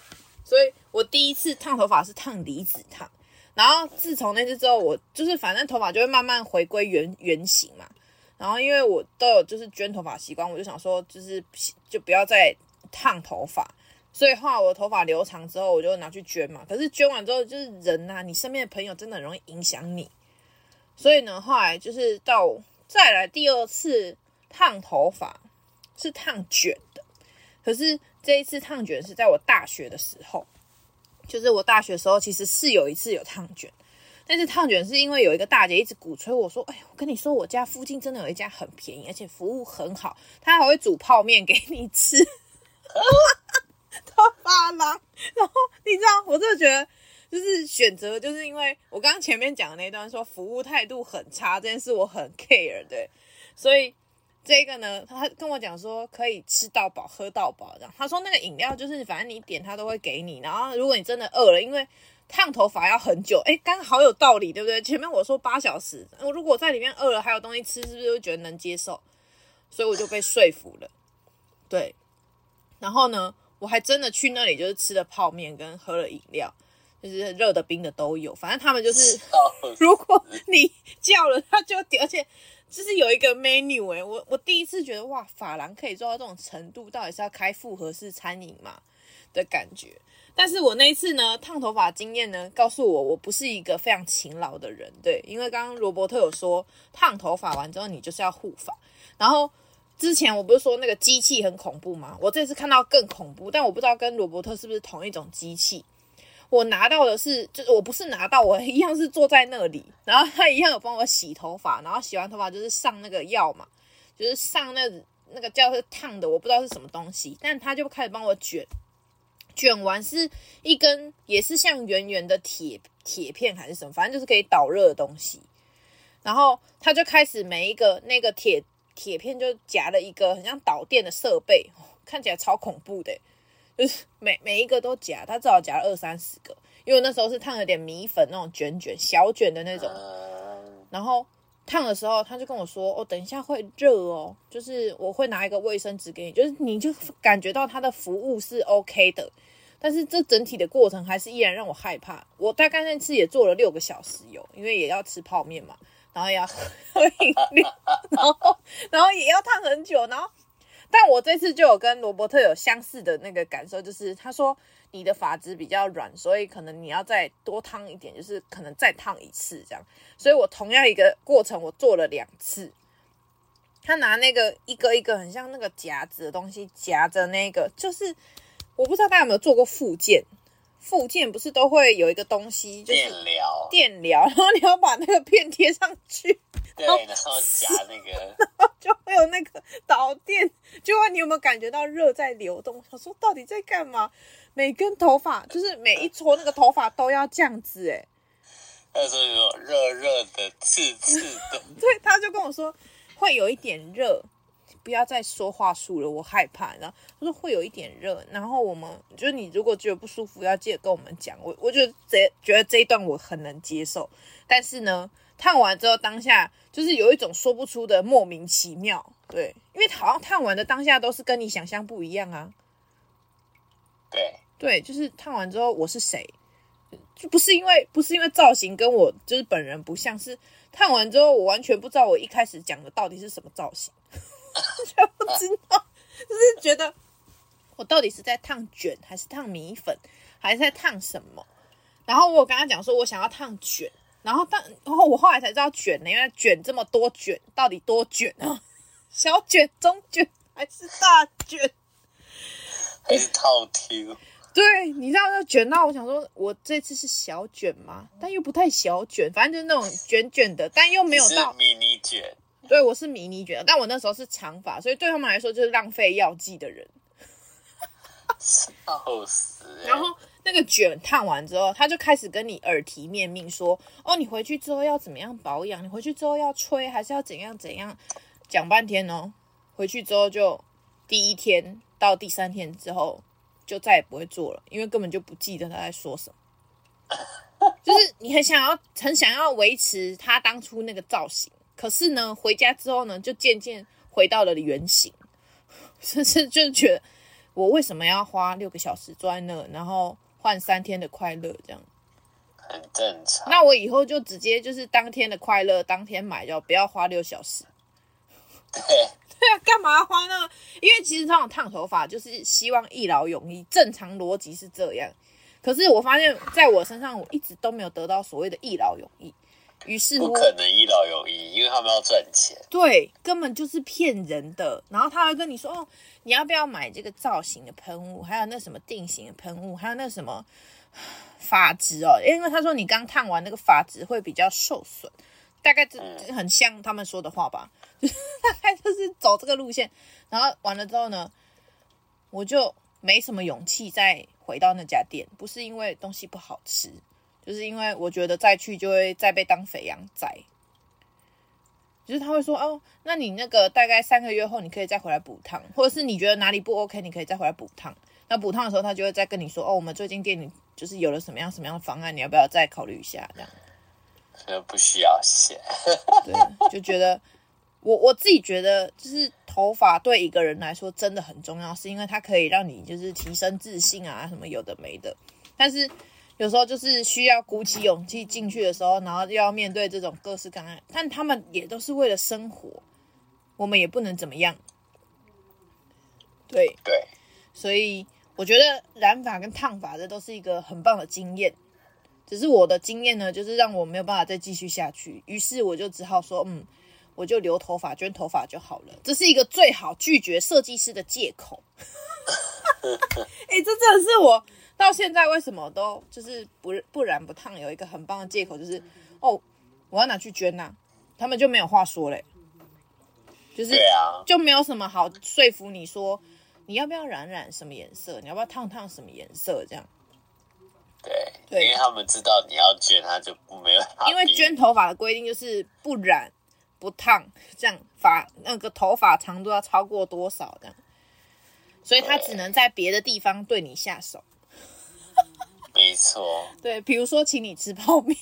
Speaker 1: 所以我第一次烫头发是烫离子烫，然后自从那次之后，我就是反正头发就会慢慢回归原原形嘛。然后因为我都有就是捐头发习惯，我就想说就是就不要再烫头发。所以后来我头发留长之后，我就拿去捐嘛。可是捐完之后，就是人呐、啊你身边的朋友真的很容易影响你。所以呢，后来就是到再来第二次烫头发是烫卷的，可是这一次烫卷是在我大学的时候，就是我大学的时候其实是有一次有烫卷，但是烫卷是因为有一个大姐一直鼓吹我说，哎，我跟你说，我家附近真的有一家很便宜，而且服务很好，她还会煮泡面给你吃。 他发廊。然后你知道，我真的觉得就是选择，就是因为我刚刚前面讲的那段说服务态度很差这件事，我很 care 对，所以这个呢，他跟我讲说可以吃到饱、喝到饱这样。他说那个饮料就是反正你点他都会给你，然后如果你真的饿了，因为烫头发要很久，哎，刚刚好有道理，对不对？前面我说八小时，我如果我在里面饿了还有东西吃，是不是就觉得能接受？所以我就被说服了，对。然后呢，我还真的去那里，就是吃了泡面跟喝了饮料，就是热的、冰的都有。反正他们就是，
Speaker 2: 笑死
Speaker 1: 如果你叫了，他就点，而且就是有一个 menu 哎、我我第一次觉得哇，法郎可以做到这种程度，到底是要开复合式餐饮嘛的感觉。但是我那一次呢，烫头发经验呢，告诉我我不是一个非常勤劳的人，对，因为刚刚罗伯特有说，烫头发完之后你就是要护发，然后之前我不是说那个机器很恐怖吗？我这次看到更恐怖，但我不知道跟罗伯特是不是同一种机器。我拿到的是，就是我不是拿到，我一样是坐在那里，然后他一样有帮我洗头发，然后洗完头发就是上那个药嘛，就是上那那个叫是烫的，我不知道是什么东西，但他就开始帮我卷，卷完是一根也是像圆圆的铁铁片还是什么，反正就是可以导热的东西，然后他就开始每一个那个铁铁片就夹了一个很像导电的设备，哦看起来超恐怖的欸，就是每每一个都夹，他至少夹了二三十个，因为我那时候是烫有点米粉那种卷卷小卷的
Speaker 2: 啊
Speaker 1: 那种，
Speaker 2: 嗯，
Speaker 1: 然后烫的时候，他就跟我说：“哦，等一下会热哦，就是我会拿一个卫生纸给你，就是你就感觉到他的服务是 OK 的。”但是这整体的过程还是依然让我害怕。我大概那次也做了六个小时有，因为也要吃泡面嘛，然后也要 喝喝饮料，然后然后也要烫很久，然后。但我这次就有跟罗伯特有相似的那个感受，就是他说你的发质比较软，所以可能你要再多烫一点，就是可能再烫一次这样。所以我同样一个过程，我做了两次。他拿那个一个一个很像那个夹子的东西夹着那个，就是我不知道大家有没有做过附件，附件不是都会有一个东西，就是
Speaker 2: 电疗，
Speaker 1: 电疗，然后你要把那个片贴上去，
Speaker 2: 对，然后夹那个，
Speaker 1: 就会有那个导电。就问你有没有感觉到热在流动？想说到底在干嘛？每根头发就是每一撮那个头发都要这样子、欸，诶，
Speaker 2: 那时候有热热的、刺刺的，
Speaker 1: 对，他就跟我说会有一点热，不要再说话术了，我害怕。然后他说会有一点热，然后我们就是你如果觉得不舒服，要记得跟我们讲。我我觉得这觉得这一段我很能接受，但是呢，烫完之后当下就是有一种说不出的莫名其妙，对，因为好像烫完的当下都是跟你想象不一样啊。
Speaker 2: 对，
Speaker 1: 对，就是烫完之后我是谁，就不是因为不是因为造型跟我就是本人不像，是烫完之后我完全不知道我一开 始讲的到底是什么造型，我不知道，就是觉得我到底是在烫卷，还是烫米粉，还是在烫什么？然后我有跟他讲说，我想要烫卷。然后但然后我后来才知道卷呢，因为卷这么多卷，到底多卷啊？ 小卷、中卷还是大卷？
Speaker 2: 还是套 Q，
Speaker 1: 对，你知道就卷到我想说，我这次是小卷吗？但又不太小卷，反正就是那种卷卷的，但又没有
Speaker 2: 是
Speaker 1: 到。
Speaker 2: 迷你卷，
Speaker 1: 对，我是迷你卷，但我那时候是长发，所以对他们来说就是浪费药剂的人。
Speaker 2: 笑死、欸！
Speaker 1: 然后那个卷烫完之后，他就开始跟你耳提面命说：“哦，你回去之后要怎么样保养？你回去之后要吹，还是要怎样怎样？”讲半天哦，回去之后就第一天到第三天之后就再也不会做了，因为根本就不记得他在说什么。就是你很想要，很想要维持他当初那个造型，可是呢，回家之后呢，就渐渐回到了原形， 甚至就觉得我为什么要花六个小时坐在那，然后换三天的快乐这样？
Speaker 2: 很正常。
Speaker 1: 那我以后就直接就是当天的快乐，当天买就不要花六小时。
Speaker 2: 对，
Speaker 1: 对啊，干嘛花那？因为其实这种烫头发就是希望一劳永逸，正常逻辑是这样。可是我发现，在我身上我一直都没有得到所谓的一劳永逸，于是
Speaker 2: 不
Speaker 1: 乎
Speaker 2: 可能一劳永逸，因为他们要赚钱。
Speaker 1: 对，根本就是骗人的。然后他会跟你说，哦，你要不要买这个造型的喷雾，还有那什么定型的喷雾，还有那什么发质哦，因为他说你刚烫完那个发质会比较受损，大概这
Speaker 2: 嗯
Speaker 1: 这很像他们说的话吧，就是 大概就是走这个路线。然后完了之后呢，我就没什么勇气再回到那家店，不是因为东西不好吃，就是因为我觉得再去就会再被当肥羊宰。就是他会说哦，那你那个大概三个月后你可以再回来补烫，或者是你觉得哪里不 OK，你可以再回来补烫。那补烫的时候，他就会再跟你说哦，我们最近店里就是有了什么样什么样的方案，你要不要再考虑一下？这样
Speaker 2: 呃，不需要钱，
Speaker 1: 对，就觉得我我自己觉得就是头发对一个人来说真的很重要，是因为它可以让你就是提升自信啊，什么有的没的。但是有时候就是需要鼓起勇气进去的时候，然后又要面对这种各式各样的，但他们也都是为了生活，我们也不能怎么样。对，
Speaker 2: 对，
Speaker 1: 所以我觉得染发跟烫发这都是一个很棒的经验。只是我的经验呢，就是让我没有办法再继续下去，于是我就只好说，嗯，我就留头发、捐头发就好了。这是一个最好拒绝设计师的借 口。哎、这真的是我到现在为什么都就是不不染不烫有一个很棒的借口，就是哦，我要拿去捐呐、他们就没有话说嘞，就是
Speaker 2: 对啊，
Speaker 1: 就没有什么好说服你说你要不要染染什么颜色，你要不要烫烫什么颜色这样。
Speaker 2: 对，
Speaker 1: 对
Speaker 2: 因为他们知道你要捐，他就不没有他逼你，
Speaker 1: 因为捐头发的规定就是不染、不烫，这样发那个头发长度要超过多少这样，所以他只能在别的地方对你下手。
Speaker 2: 没错，
Speaker 1: 对，比如说请你吃泡面，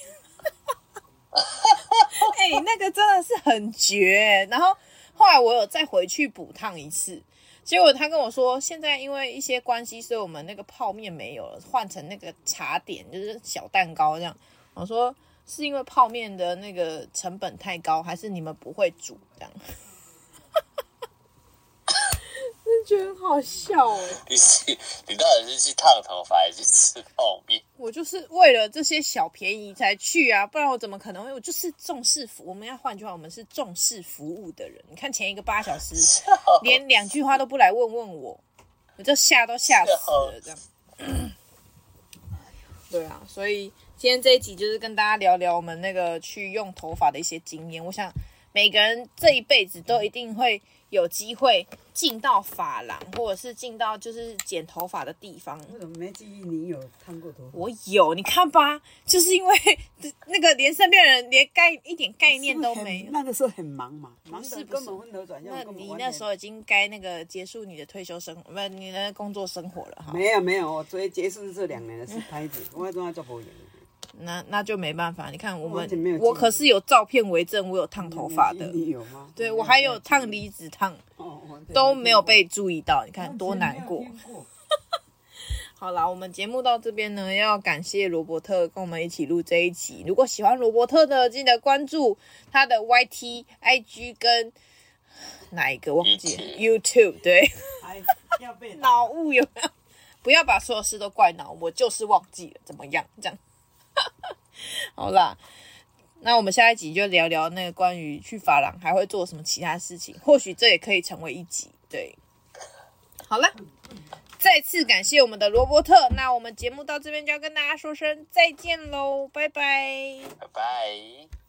Speaker 1: 哎、那个真的是很绝欸、然后后来我有再回去补烫一次，结果他跟我说，现在因为一些关系，所以我们那个泡面没有了，换成那个茶点，就是小蛋糕这样。我说是因为泡面的那个成本太高，还是你们不会煮这样？ 真的觉得很好笑哎、
Speaker 2: 你是你到底是去烫头发还是去吃泡面？
Speaker 1: 我就是为了这些小便宜才去啊，不然我怎么可能会？我就是重视服，我们要换句话，我们是重视服务的人。你看前一个八小时，连两句话都不来问问我，我就吓都吓死了，这样。 对啊，所以今天这一集就是跟大家聊聊我们那个去用头发的一些经验。我想每个人这一辈子都一定会有机会进到发廊，或者是进到就是剪头发的地方。
Speaker 3: 我怎么没记忆你有烫过头发？
Speaker 1: 我有，你看吧，就是因为 那个连身边人连概一点概念都没
Speaker 3: 是不是很
Speaker 1: 有。
Speaker 3: 那个时候很忙嘛，忙
Speaker 1: 是
Speaker 3: 得
Speaker 1: 不
Speaker 3: 根
Speaker 1: 是
Speaker 3: 本昏头转向。
Speaker 1: 那
Speaker 3: 根本
Speaker 1: 你
Speaker 3: 完
Speaker 1: 那
Speaker 3: 全
Speaker 1: 时候已经该那个结束你的退休生活，不，你的工作生活了哈。
Speaker 3: 没有没有，我昨天结束这两年的是拍子，我怎么做无用？
Speaker 1: 那那就没办法，你看我
Speaker 3: 完全没有
Speaker 1: 们，
Speaker 3: 记忆
Speaker 1: 我可是有照片为证，我有烫头发的，
Speaker 3: 你有吗？
Speaker 1: 对我还有烫离子烫
Speaker 3: 哦我对
Speaker 1: 都没有被注意到，你看多难过。
Speaker 3: 没有听过
Speaker 1: 好啦，我们节目到这边呢，要感谢罗伯特跟我们一起录这一集。如果喜欢罗伯特的，记得关注他的 YT、IG 跟哪一个忘记了 YouTube 对。
Speaker 3: 哎要被打
Speaker 1: 脑雾有没有？不要把所有事都怪脑，我就是忘记了，怎么样？这样， 好啦，那我们下一集就聊聊那个关于去发廊还会做什么其他事情，或许这也可以成为一集。对，好了，再次感谢我们的罗伯特，那我们节目到这边就要跟大家说声再见喽，拜拜。
Speaker 2: 拜拜。